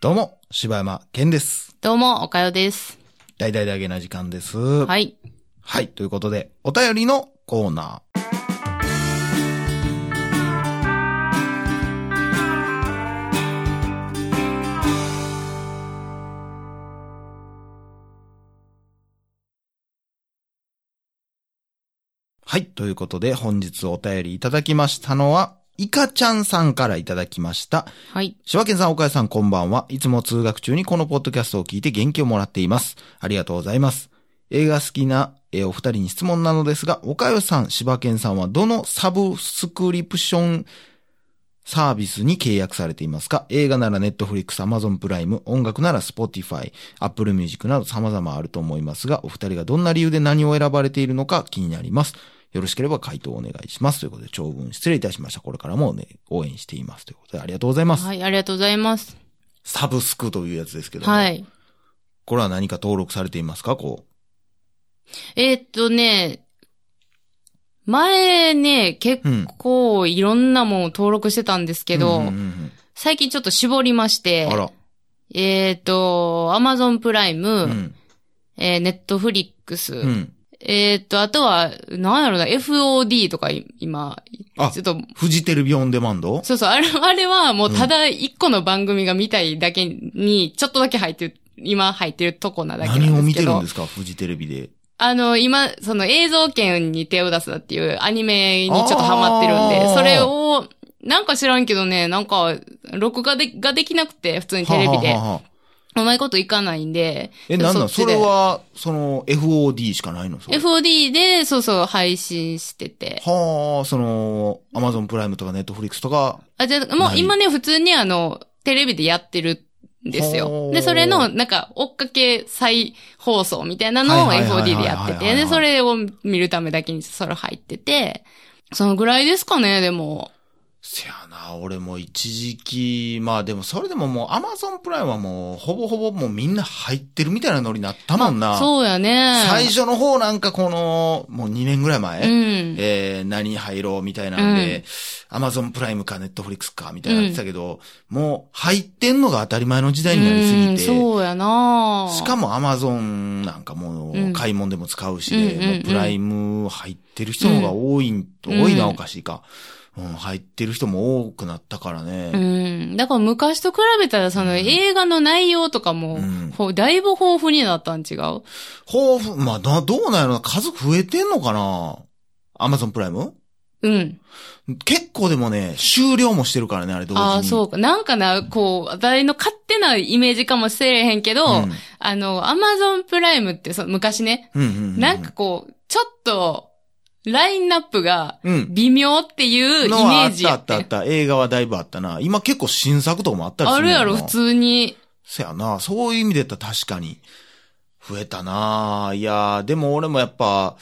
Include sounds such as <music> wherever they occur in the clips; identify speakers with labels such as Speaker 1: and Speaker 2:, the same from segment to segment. Speaker 1: どうも、柴山健です。
Speaker 2: どうも、おかよです。
Speaker 1: 大々大げな時間です。
Speaker 2: は
Speaker 1: はい。
Speaker 2: い。
Speaker 1: ということで、お便りのコーナー。はい。ということで、本日お便りいただきましたのは、イカちゃんさんからいただきました。
Speaker 2: はい。
Speaker 1: 柴犬さん、岡谷さん、こんばんは。いつも通学中にこのポッドキャストを聞いて元気をもらっています。ありがとうございます。映画好きな、えーお二人に質問なのですが、岡谷さん、柴犬さんはどのサブスクリプションサービスに契約されていますか映画なら Netflix、Amazon プライム、音楽なら Spotify、Apple Music など様々あると思いますが、お二人がどんな理由で何を選ばれているのか気になります。よろしければ回答をお願いします。ということで、長文失礼いたしました。これからもね、応援しています。ということで、ありがとうございます。
Speaker 2: はい、ありがとうございます。
Speaker 1: サブスクというやつですけども、
Speaker 2: はい。
Speaker 1: これは何か登録されていますかこ
Speaker 2: えーっとね、前ね、結構いろんなもん登録してたんです
Speaker 1: う。
Speaker 2: けど、
Speaker 1: うんうんうん
Speaker 2: 最近ちょっと絞りまし
Speaker 1: う
Speaker 2: て
Speaker 1: ん、あら。
Speaker 2: えーっと、Amazon プライム、
Speaker 1: うん。
Speaker 2: えー、Netflix、
Speaker 1: うん。
Speaker 2: えーっと、あとは、なんやろな、FOD とかい今、
Speaker 1: あ
Speaker 2: ちょっと、
Speaker 1: フジテレビオンデマンド
Speaker 2: そうそう、あれあれはもうただ一個の番組が見たいだけに、ちょっとだけ入ってる、今入ってるとこなだけなんですけ
Speaker 1: 何
Speaker 2: ど。
Speaker 1: を見てるんですかフジテレビで。
Speaker 2: あの、今、その映像権に手を出すなっていうアニメにちょっとハマってるん
Speaker 1: あー
Speaker 2: で、それを、なんか知らんけどね、なんか、録画でができなくて、普通にテレビで
Speaker 1: はあ。はあはあ
Speaker 2: うまいこといかないんで。
Speaker 1: え、なんなん
Speaker 2: そ
Speaker 1: そ
Speaker 2: っちで
Speaker 1: れは、その、FOD しかないのそれ
Speaker 2: FOD で、そうそう、配信してて。
Speaker 1: はあ、その、アマゾンプライムとかネットフリックスとか、
Speaker 2: あ、じゃあ、もう
Speaker 1: ない
Speaker 2: 今ね、普通にあの、テレビでやってるんです
Speaker 1: ほ
Speaker 2: よ。
Speaker 1: ー
Speaker 2: で、それの、なんか、追っかけ再放送みたいなのを
Speaker 1: はいはいはいはい
Speaker 2: FOD
Speaker 1: はい
Speaker 2: でやって
Speaker 1: はい
Speaker 2: て、
Speaker 1: はい
Speaker 2: で、それを見るためだけにそれ入ってて、そのぐらいですかね、でも。
Speaker 1: せやな、俺も一時期、まあでもそれでももうアマゾンプライムはもう、ほぼほぼもうみんな入ってるみたいなノリになったもんな。
Speaker 2: そうやね。
Speaker 1: 最初の方なんかこの、もう2年ぐらい前、
Speaker 2: うん。
Speaker 1: えー、何入ろうみたいなんで、アマゾンプライムかネットフリックスかみたいになってたけど、もう入ってんのが当たり前の時代にな
Speaker 2: う
Speaker 1: り
Speaker 2: ん
Speaker 1: すぎて、
Speaker 2: そうやな
Speaker 1: しかもアマゾンなんかも
Speaker 2: う
Speaker 1: うん買い物でも使うし
Speaker 2: うん
Speaker 1: で、
Speaker 2: うんうん
Speaker 1: もうプライム入ってる人の方が多いん、
Speaker 2: うん
Speaker 1: 多いうなんおかしいか、うん。入ってる人も多くなったからね。
Speaker 2: うん。だから昔と比べたら、その
Speaker 1: うん
Speaker 2: 映画の内容とかも
Speaker 1: うん、
Speaker 2: ほだいぶ豊富になったん違う
Speaker 1: 豊富、まあ、などうなんやろ数増えてんのかなアマゾンプライム
Speaker 2: うん。
Speaker 1: 結構でもね、終了もしてるからね、あれ同時に。
Speaker 2: ああ、そうか。なんかな、こう、私の勝手なイメージかもしれへんけど、
Speaker 1: うん。
Speaker 2: あの、アマゾンプライムってその昔ね、
Speaker 1: うんうんうん。
Speaker 2: なんかこう、ちょっと、ラインナップが
Speaker 1: うん。
Speaker 2: 微妙っていうイメ
Speaker 1: のはあ
Speaker 2: ー
Speaker 1: っ
Speaker 2: ジ
Speaker 1: たあ
Speaker 2: やっ。
Speaker 1: ったあってた。映画はだいぶあったな。今結構新作とかもあったりす
Speaker 2: あ
Speaker 1: る
Speaker 2: る
Speaker 1: もんな
Speaker 2: やろ、普。通に。
Speaker 1: せやな。そういう意味で言ったら確かに。増えたないやー、でも俺もやっぱ、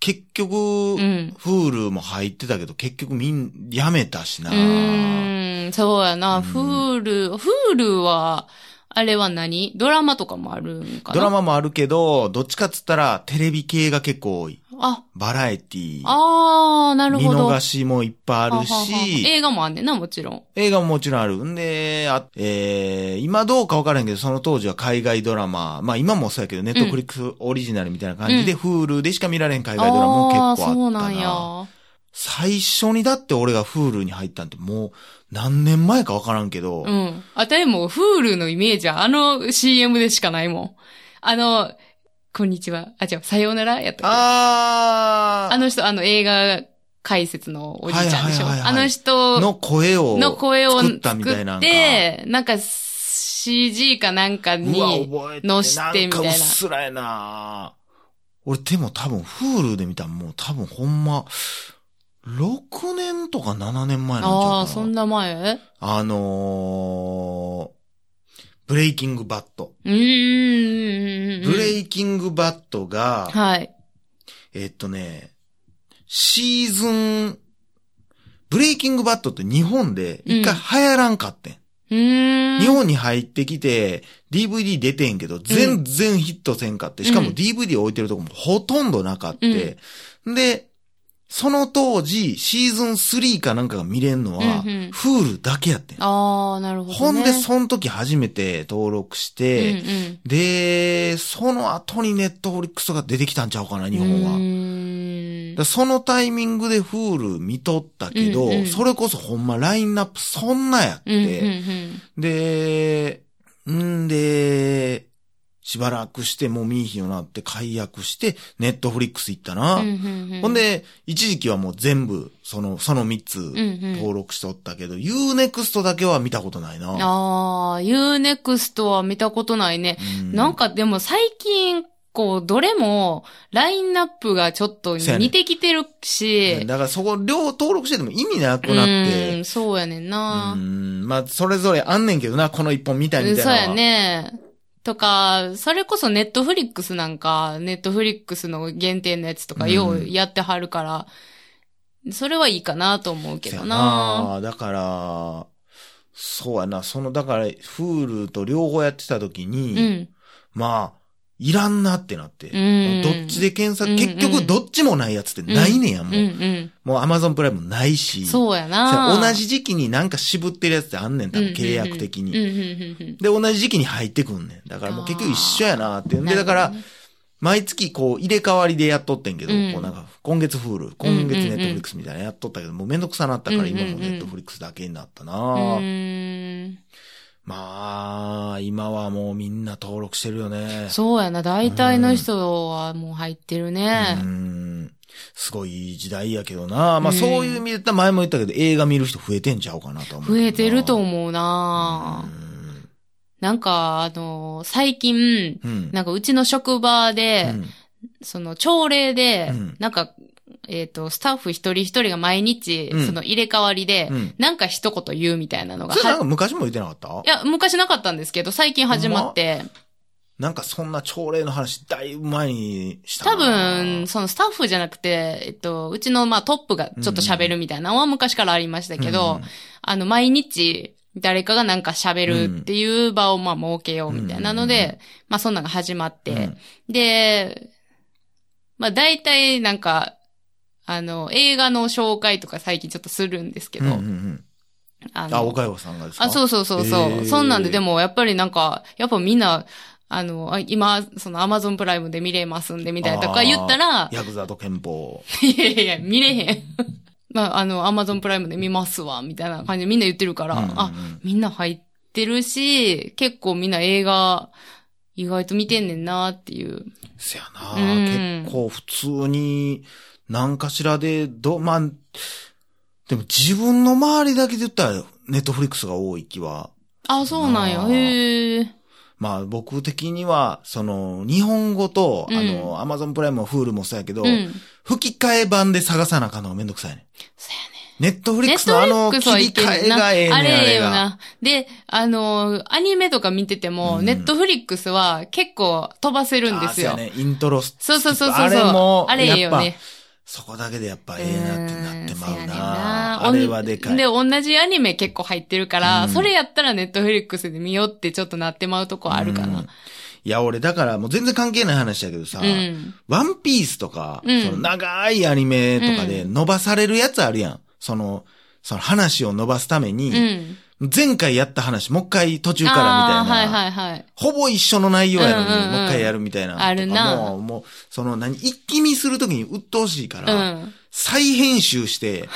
Speaker 1: 結局、
Speaker 2: うん。
Speaker 1: フールも入ってたけど、結局みん、やめたしな。
Speaker 2: うーん、そうや
Speaker 1: う
Speaker 2: な。
Speaker 1: ん
Speaker 2: フール、フールは、あれは何ドラマとかもあるんかな
Speaker 1: ドラマもあるけど、どっちかっつったら、テレビ系が結構多い。
Speaker 2: あ、
Speaker 1: バラエティ
Speaker 2: あー、なる
Speaker 1: 見
Speaker 2: ほど。
Speaker 1: 逃しもいっぱいある
Speaker 2: ははは
Speaker 1: し、
Speaker 2: 映画もあんねんな、もちろん。
Speaker 1: 映画ももちろんある。んで、あえー、今どうかわからへんけど、その当時は海外ドラマ、まあ今もそうやけど、ネットフリックスオリジナルみたいな感じで、
Speaker 2: う
Speaker 1: フールでしか見られへん海
Speaker 2: あ
Speaker 1: 外ドラマも結構あ
Speaker 2: あ
Speaker 1: った
Speaker 2: ー、
Speaker 1: な。
Speaker 2: そうなんや。
Speaker 1: 最初にだって俺がフールに入ったんてもう何年前かわからんけど、
Speaker 2: うん。あたいも、フールのイメージは、あの CM でしかないもん。あの、こんにちは。あ、違う、さようならやったっけ
Speaker 1: あー
Speaker 2: あの人、あの映画解説のおじいちゃんでしょ。
Speaker 1: はいはいはい
Speaker 2: あ
Speaker 1: はい
Speaker 2: の人
Speaker 1: の声を
Speaker 2: の声を
Speaker 1: 作
Speaker 2: 作
Speaker 1: ったみたいな
Speaker 2: っ
Speaker 1: んか。
Speaker 2: て、なんか CG かなんか
Speaker 1: うわ、
Speaker 2: に、
Speaker 1: 覚えて
Speaker 2: のしてみたいなん
Speaker 1: かうっすらやな俺でも多分、フールで見たらもう多分ほんま、6年とか7年前なんちゃうかな。
Speaker 2: ああ、そんな前
Speaker 1: あのー、ブレイキングバット。
Speaker 2: うーん。
Speaker 1: ブレイキングバットが、
Speaker 2: はい。
Speaker 1: えっとね、シーズン、ブレイキングバットって日本で一回流行らんかってん。
Speaker 2: うーん。
Speaker 1: 日本に入ってきて、DVD 出てんけど、全然ヒットせんかって、しかも
Speaker 2: うん
Speaker 1: DVD 置いてるとこもほとんどなかって、で、その当時、シーズン3かなんかが見れんのは
Speaker 2: うんうん、
Speaker 1: フールだけやってん。
Speaker 2: ああ、なるほど、ね。
Speaker 1: ほんで、その時初めて登録して、で、その後にネットフリックスとか出てきたんちゃうかな、日本は。だから
Speaker 2: は。
Speaker 1: そのタイミングでフール見とったけど、
Speaker 2: うんうん
Speaker 1: それこそほんまラインナップそんなやって、
Speaker 2: うん、うん、うん。
Speaker 1: で、んで、しばらくしてもう見いひんようになって解約して、ネットフリックス行ったな。
Speaker 2: うん
Speaker 1: ほん、で、一時期はもう全部、その、その3
Speaker 2: うんう
Speaker 1: つ、
Speaker 2: ん
Speaker 1: 登録しとったけど、Unext だけは見たことないな。
Speaker 2: ああ、Unext は見たことないね。
Speaker 1: うん
Speaker 2: なんかでも最近、こう、どれも、ラインナップがちょっと
Speaker 1: そうやね
Speaker 2: 似てきてるし、
Speaker 1: だからそこ、両登録してても意味なく
Speaker 2: う
Speaker 1: なっ
Speaker 2: ん、
Speaker 1: て、
Speaker 2: そうやねんな
Speaker 1: う。ん、まあ、それぞれあんねんけどな、この一本見たいみたい
Speaker 2: そう
Speaker 1: なのは。
Speaker 2: やね。とか、それこそネットフリックスなんか、ネットフリックスの限定のやつとか、
Speaker 1: うん
Speaker 2: ようやってはるから、それはいいかなと思うけど
Speaker 1: せや
Speaker 2: な。
Speaker 1: なだから、そうやな、その、だから、フールと両方やってた時
Speaker 2: う
Speaker 1: に、
Speaker 2: ん。
Speaker 1: まあ、いらんなってなって。
Speaker 2: うん
Speaker 1: どっちで検索、
Speaker 2: うんうん
Speaker 1: 結局どっちもないやつってないねや、、
Speaker 2: うんん
Speaker 1: もう。
Speaker 2: うん。
Speaker 1: もう Amazon プライムないし。
Speaker 2: そう
Speaker 1: さ
Speaker 2: やな。
Speaker 1: 同じ時期になんか渋ってるやつってあんねん、多分契約的に。
Speaker 2: うんうんうんうん
Speaker 1: で、同じ時期に入ってくんねん。だからもう結局一緒やなっていうんで、だから、毎月こう入れ替わりでやっとってんけど、
Speaker 2: うん
Speaker 1: こうなんか、今月フール、今月ネットフリックスみたいなのやっとったけど、もうめんどくさなったから今もネットフリックスだけになったな、
Speaker 2: なるほどね
Speaker 1: まあ、今はもうみんな登録してるよ
Speaker 2: う
Speaker 1: ね
Speaker 2: ん。そうやな。大体の人はもう入ってるね
Speaker 1: う。んすごいいい時代やけどな。まあ
Speaker 2: うん
Speaker 1: そういう意味で言ったら前も言ったけど映画見る人増えてんちゃうかなとは思う。
Speaker 2: 増えてると
Speaker 1: う
Speaker 2: 思うな。なんか、あの、最近、
Speaker 1: うん。うん。
Speaker 2: なんかうちの職場で、
Speaker 1: うん
Speaker 2: その朝礼で、
Speaker 1: うん
Speaker 2: なんか、えっ、と、スタッフ一人一人が毎日、
Speaker 1: うん
Speaker 2: その入れ替わりで、
Speaker 1: うん
Speaker 2: なんか一言言うみたいなのが、
Speaker 1: それなん
Speaker 2: は
Speaker 1: か昔も言ってなかった
Speaker 2: いや、昔なかったんですけど、最近始まって、
Speaker 1: なんかそんな朝礼の話だいぶ前にしたな。
Speaker 2: 多分、そのスタッフじゃなくて、えっと、うちのまあトップがちょっと喋るみたいなのは昔からありましたけど、あの、毎日、誰かがなんか喋るっていう場をまあ設けようみたいなの
Speaker 1: うん
Speaker 2: で、
Speaker 1: うんう
Speaker 2: まあそんなのが始まって、
Speaker 1: うん、うん
Speaker 2: で、まあ大体なんか、あの、映画の紹介とか最近ちょっとするんですけど、
Speaker 1: うんうんうん
Speaker 2: あの
Speaker 1: あ、岡山さんがですか。
Speaker 2: あ、そううそうそうそう、
Speaker 1: へー
Speaker 2: そんなんででもやっぱりなんか、やっぱみんな、あの、あ今、そのアマゾンプライムで見れますんでみたいなとか言ったら、 <laughs>
Speaker 1: ヤクザと憲法。
Speaker 2: いやいやいや、見れへん。 <laughs> まあ、あの、アマゾンプライムで見ますわ、みたいな感じでみんな言ってるから、
Speaker 1: うんうんうん
Speaker 2: あ、みんな入ってるし、結構みんな映画、意外と見てんねんなっていう。
Speaker 1: せや
Speaker 2: う
Speaker 1: な、
Speaker 2: ん
Speaker 1: 結構普通に、何かしらで、ど、まあ、でも自分の周りだけで言ったら、ネットフリックスが多い気は。
Speaker 2: あ、そうなん
Speaker 1: あ
Speaker 2: や。
Speaker 1: ー
Speaker 2: へえ。
Speaker 1: まあ僕的には、その、日本語と、
Speaker 2: うん
Speaker 1: あの、アマゾンプライムもフールもそうやけど、
Speaker 2: うん。
Speaker 1: 吹き替え版で探さなあかんのがめんどくさいね。
Speaker 2: そうやね。
Speaker 1: ネットフリッ
Speaker 2: ネ
Speaker 1: ク
Speaker 2: ッ
Speaker 1: スの
Speaker 2: ト
Speaker 1: あ
Speaker 2: フリッ
Speaker 1: の、
Speaker 2: ク
Speaker 1: 切
Speaker 2: スはい
Speaker 1: り
Speaker 2: けん
Speaker 1: 替え
Speaker 2: な
Speaker 1: がええねん
Speaker 2: あれええよ
Speaker 1: が。
Speaker 2: な。で、あの、アニメとか見てても、
Speaker 1: うん
Speaker 2: ネットフリックスは結構飛ばせるんで
Speaker 1: あ
Speaker 2: す
Speaker 1: そうや
Speaker 2: よ。
Speaker 1: ね。イントロス。
Speaker 2: そうそうそうそうそう。
Speaker 1: あれも、
Speaker 2: あれええ
Speaker 1: やっ
Speaker 2: よ
Speaker 1: ぱ、
Speaker 2: ね。
Speaker 1: そこだけでやっぱええなってなってまう
Speaker 2: うんそうやねん
Speaker 1: な。あれはでかい。
Speaker 2: で、同じアニメ結構入ってるから、
Speaker 1: うん
Speaker 2: それやったらネットフリックスで見ようってちょっとなってまうとこあるか
Speaker 1: うん
Speaker 2: な。
Speaker 1: いや、俺だからもう全然関係ない話だけどさ、
Speaker 2: うん。
Speaker 1: ワンピースとか、
Speaker 2: うん
Speaker 1: その長いアニメとかで伸ばされるやつあるやん。その、その話を伸ばすため
Speaker 2: う
Speaker 1: に、
Speaker 2: ん。
Speaker 1: 前回やった話、もう一回途中から
Speaker 2: あ
Speaker 1: みたいな。
Speaker 2: ーはいはいはい。
Speaker 1: ほぼ一緒の内容やのに、
Speaker 2: うんうんうん
Speaker 1: もう一回やるみたいなのとかも。
Speaker 2: あるな
Speaker 1: もう、その何、一気見するときに鬱陶しいから、
Speaker 2: うん。
Speaker 1: 再編集
Speaker 2: <laughs>
Speaker 1: して、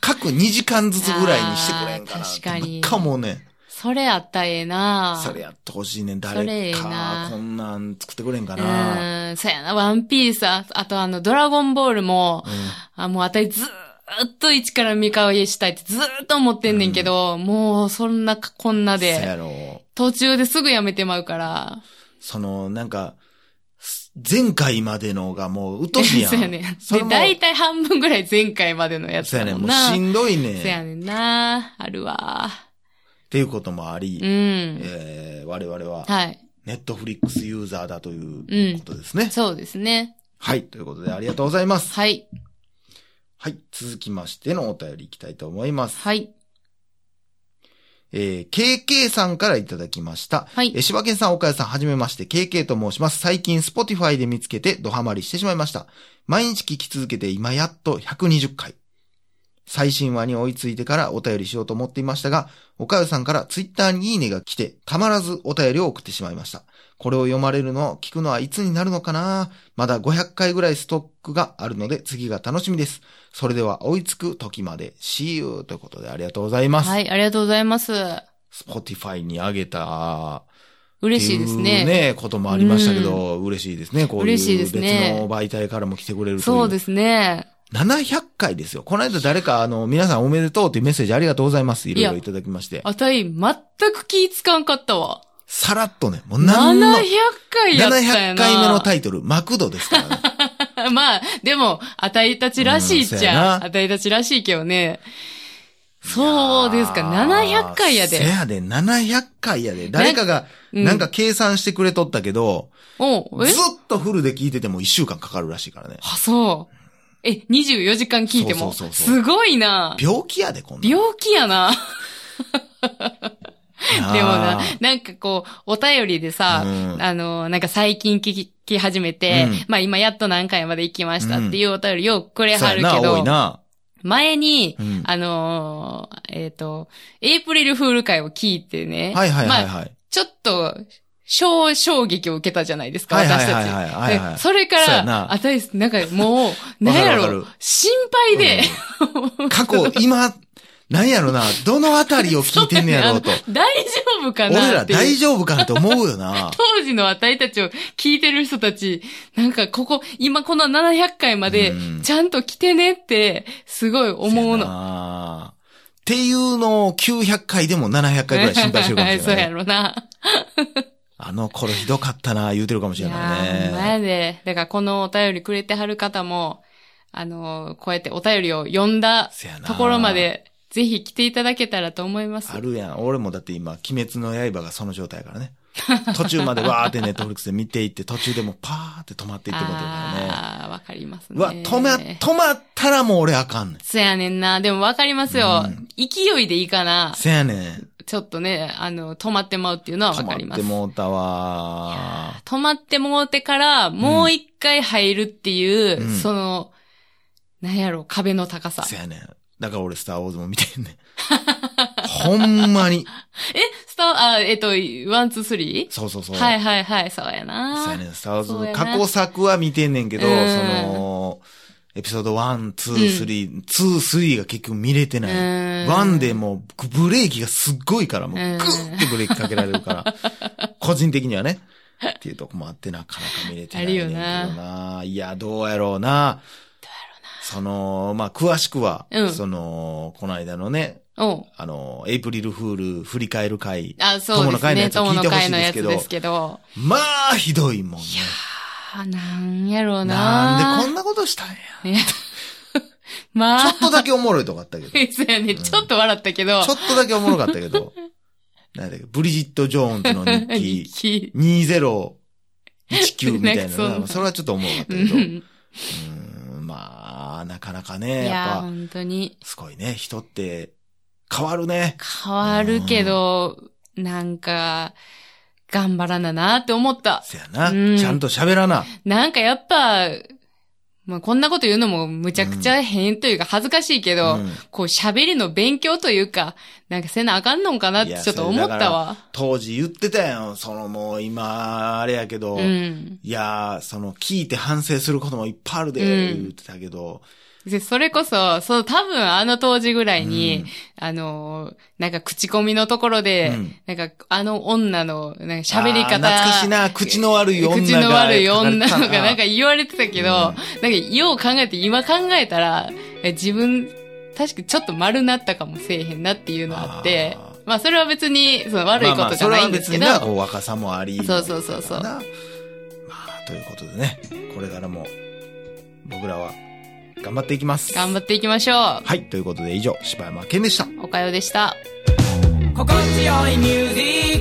Speaker 1: 各2時間ずつぐらいにしてくれんかな。
Speaker 2: あー確かに
Speaker 1: かもうね、
Speaker 2: それやったらええな
Speaker 1: それやってほしいね。
Speaker 2: それえ
Speaker 1: 誰
Speaker 2: え
Speaker 1: か
Speaker 2: な、
Speaker 1: こんなん作ってくれんか
Speaker 2: う
Speaker 1: な。
Speaker 2: ーん。そうやな。ワンピース、ああとあの、ドラゴンボールも、
Speaker 1: うん
Speaker 2: あ、もうあたりずーっと一から見返したいってずーっと思ってんねんけど、もうそんなかこんな
Speaker 1: そや
Speaker 2: で、
Speaker 1: ろ。
Speaker 2: 途中ですぐやめてまうから。
Speaker 1: その、なんか、す前回までのがもう鬱陶しいやん。
Speaker 2: <laughs> そうやねん。
Speaker 1: それ
Speaker 2: で、
Speaker 1: も
Speaker 2: 大体半分ぐらい前回までのやつ
Speaker 1: そう
Speaker 2: だ
Speaker 1: やねん。も
Speaker 2: もん
Speaker 1: う
Speaker 2: な。
Speaker 1: しんどいねん。
Speaker 2: そうやねんな。あるわ。
Speaker 1: っていうこともあり、
Speaker 2: うん。
Speaker 1: えー我々は、
Speaker 2: はい。
Speaker 1: ネットフリックスユーザーだということですね。
Speaker 2: そうですね。
Speaker 1: はい。ということで、ありがとうございます。
Speaker 2: はい。
Speaker 1: はい。続きましてのお便りいきたいと思います。
Speaker 2: はい。
Speaker 1: えー、KK さんからいただきました。
Speaker 2: はい
Speaker 1: えー、柴犬さん、岡谷さん、はじめまして、KK と申します。最近、Spotify で見つけて、ドハマりしてしまいました。毎日聞き続けて、今やっと120回。最新話に追いついてからお便りしようと思っていましたが、岡谷さんから Twitter にいいねが来て、たまらずお便りを送ってしまいました。これを読まれるのを聞くのはいつになるのかなまだ500回ぐらいストックがあるので、次が楽しみです。それでは、追いつく時まで、See you! ということで、ありがとうございます。
Speaker 2: はい、ありがとうございます。
Speaker 1: Spotify に上げた、
Speaker 2: 嬉しいです
Speaker 1: って
Speaker 2: ね。
Speaker 1: うね、こともありましたけど、嬉しいですね。こういう
Speaker 2: 嬉しいで
Speaker 1: 別
Speaker 2: すね
Speaker 1: の媒体からも来てくれるという。
Speaker 2: そうですね。
Speaker 1: 700回ですよ。この間誰か、あの、皆さんおめでとうというメッセージありがとうございます。いろい
Speaker 2: い
Speaker 1: ろ
Speaker 2: や
Speaker 1: いただきまして。
Speaker 2: あたい、全く気ぃつかんかったわ。
Speaker 1: さらっとね、もう何の、
Speaker 2: 700回やったやな。
Speaker 1: 700回目のタイトル、マクドですからね。
Speaker 2: <laughs> まあ、でも、あたいたちらしいっ
Speaker 1: うんそ
Speaker 2: ち
Speaker 1: や
Speaker 2: ゃ、
Speaker 1: な
Speaker 2: あたいたちらしいけどね。 <laughs> そうですか、700回や
Speaker 1: せ
Speaker 2: で。
Speaker 1: やで、700回やで。誰かが、
Speaker 2: うん
Speaker 1: なんか計算してくれとったけど、
Speaker 2: おう
Speaker 1: ず
Speaker 2: え
Speaker 1: っとフルで聞いてても1週間かかるらしいからね。
Speaker 2: あ、そう。え、24時間聞いても。
Speaker 1: そうそうそうそう
Speaker 2: すごいな。
Speaker 1: 病気やで、こんなん。
Speaker 2: 病気やな。
Speaker 1: なあ
Speaker 2: でもな、なんかこう、お便りでさ、
Speaker 1: うん
Speaker 2: あの、なんか最近聞き聞き始めて、
Speaker 1: うん
Speaker 2: まあ今やっと何回まで行きましたっていうお便りよくくれはるけ
Speaker 1: そうやな、多い
Speaker 2: ど、
Speaker 1: な。
Speaker 2: 前に、
Speaker 1: うん
Speaker 2: あのーえっ、と、エイプリルフール会を聞いてね、
Speaker 1: はいはいはい
Speaker 2: まあ、
Speaker 1: はい。
Speaker 2: ちょっと、小衝撃を受けたじゃないですか、
Speaker 1: はいはい
Speaker 2: 私たち。
Speaker 1: はいはいはいはい
Speaker 2: でそれか
Speaker 1: そうや
Speaker 2: ら、
Speaker 1: な
Speaker 2: あたい、なんかもう、なんや
Speaker 1: <laughs> わかるわ
Speaker 2: ろ
Speaker 1: かる、
Speaker 2: 心配で、
Speaker 1: 過去、今、なんやろな、どのあたりを聞いてんねやろう
Speaker 2: <laughs>
Speaker 1: と。
Speaker 2: 大丈夫か
Speaker 1: 俺
Speaker 2: な
Speaker 1: ら
Speaker 2: っていう。。
Speaker 1: 大丈夫かなと思うよな
Speaker 2: 当時のあたいたちを聞いてる人たち、なんかここ、今この700回まで
Speaker 1: うん、
Speaker 2: ちゃんと来てねって、すごい <laughs> 思う
Speaker 1: せや
Speaker 2: の。
Speaker 1: なっていうのを900回でも700回ぐらい心配してるか
Speaker 2: <laughs>
Speaker 1: もしれ
Speaker 2: そう
Speaker 1: な
Speaker 2: や
Speaker 1: いね。
Speaker 2: ろな。
Speaker 1: あの頃ひどかったな、言うてるかもしれない
Speaker 2: やーほんま
Speaker 1: ね。
Speaker 2: やで。だからこのお便りくれてはる方も、あのー、こうやってお便りを読んだ
Speaker 1: せやな
Speaker 2: ところまで、ぜひ来ていただけたらと思います
Speaker 1: あ。るやん。俺もだって今、鬼滅の刃がその状態やからね。 <laughs> 途中までわーってネットフリックスで見ていって、途中でもうパーって止まっていってもうてるからね。
Speaker 2: ああ、わかりますね。
Speaker 1: うわ、止ま、止まったらもう俺あかんねん。
Speaker 2: そやねんな。でもわかりますよ。
Speaker 1: うん
Speaker 2: 勢いでいいかな。
Speaker 1: せやねん。
Speaker 2: ちょっとね、あの、止まってまうっていうのはわ
Speaker 1: 止
Speaker 2: かり
Speaker 1: ま
Speaker 2: ま
Speaker 1: っ
Speaker 2: す
Speaker 1: て。もうたわー。
Speaker 2: 止まってもうてから、もう一回入るっていう、
Speaker 1: うん
Speaker 2: その、なんやろ、壁の高さ。
Speaker 1: せやねん。だから俺スターウォーズも見てんね <laughs> ん。ほんまに。
Speaker 2: え、スター、あ、えっと、ワン、ツー、スリ
Speaker 1: そうそうそ
Speaker 2: ー
Speaker 1: う。
Speaker 2: はいはいはい、そうや
Speaker 1: そうや
Speaker 2: な。
Speaker 1: ねんスターウォーズ
Speaker 2: そうやな
Speaker 1: 過去作は見てんねんけど、
Speaker 2: う
Speaker 1: そ
Speaker 2: ん
Speaker 1: の、エピソード1、2、3、2、3が結局見れてない。
Speaker 2: うん
Speaker 1: 1でもうブレーキがすっごいから、もうグ
Speaker 2: うん
Speaker 1: ーってブレーキかけられるから、 <laughs> 個人的にはね。っていうとこもあってなかなか見れてないねんけど
Speaker 2: あるよ
Speaker 1: ないや、どうやろうな。その、まあ、詳しくは、
Speaker 2: うん
Speaker 1: その、この間のね、
Speaker 2: おう
Speaker 1: あの、エイプリルフール振り返る回、
Speaker 2: あ、そうですね。
Speaker 1: 友
Speaker 2: 友
Speaker 1: の会
Speaker 2: の会
Speaker 1: の
Speaker 2: の
Speaker 1: や
Speaker 2: や
Speaker 1: つ
Speaker 2: つ
Speaker 1: 聞いてほしいで
Speaker 2: ですす
Speaker 1: け
Speaker 2: けど。
Speaker 1: まあ、ひどいもんね。
Speaker 2: いやー、なんやろ
Speaker 1: な
Speaker 2: う
Speaker 1: ん
Speaker 2: な。
Speaker 1: でこんなことしたんや。
Speaker 2: んな。ま
Speaker 1: ちょ
Speaker 2: あ
Speaker 1: っ、とだけおもろいとこあったけ
Speaker 2: <laughs>
Speaker 1: ど。ち
Speaker 2: そうやね、ちょっと笑ったけど。
Speaker 1: ょっとだけおもろかったけ
Speaker 2: <laughs>
Speaker 1: ど。なんだっけ、ブリジット・ジョーンズの日記
Speaker 2: 気。
Speaker 1: 2019みたいな
Speaker 2: <laughs> なんかそん
Speaker 1: な。
Speaker 2: な
Speaker 1: それはちょっとおもろかった
Speaker 2: う
Speaker 1: けど。うん
Speaker 2: ん。
Speaker 1: ん、まあ、なかなか
Speaker 2: い
Speaker 1: ね、
Speaker 2: やー、
Speaker 1: やっ
Speaker 2: 本当に。
Speaker 1: ぱ、すごいね、人って変わるね。
Speaker 2: 変わるけど、なんか、頑張らななって思った。
Speaker 1: せやな。
Speaker 2: うん
Speaker 1: ちゃんと喋らな。
Speaker 2: なんかやっぱ、まあ、こんなこと言うのもむちゃくちゃ変というか恥ずかしいけど、
Speaker 1: うん
Speaker 2: こう喋りの勉強というか、なんかせなあかんのんかなっ
Speaker 1: い
Speaker 2: て
Speaker 1: や
Speaker 2: ちょっと思ったわ。
Speaker 1: 当時言ってたやん。そのもう今、あれやけど。
Speaker 2: うん。
Speaker 1: いやー、その、聞いて反省することもいっぱいあるで、
Speaker 2: うん
Speaker 1: 言ってたけど。
Speaker 2: で、それこそ、そう、多分あの当時ぐらいに、
Speaker 1: うん
Speaker 2: あのー、なんか口コミのところで、
Speaker 1: うん
Speaker 2: なんかあの女の、なんか喋り
Speaker 1: あー
Speaker 2: 方。
Speaker 1: 懐かしいな、口の悪い女が。
Speaker 2: 口の悪い女
Speaker 1: 書
Speaker 2: と
Speaker 1: かれ
Speaker 2: か
Speaker 1: てた
Speaker 2: なんか言われてた
Speaker 1: う
Speaker 2: けど、
Speaker 1: ん
Speaker 2: なんかよう考えて、今考えたら、え自分、確かにちょっと丸なったかもせえへんなっていうのあって
Speaker 1: あ、
Speaker 2: まあそれは別に、その悪いことじゃないんですけど、
Speaker 1: まあまあそれは別にな、こう若さもあり。
Speaker 2: そうそうそうそう
Speaker 1: なまあ、ということでね、これからも、僕らは、頑張っていきます。
Speaker 2: 頑張
Speaker 1: っ
Speaker 2: っていきましょ
Speaker 1: はい、ということで以上、柴山健でした。
Speaker 2: う。おかよでした。
Speaker 3: 心地よいミュージック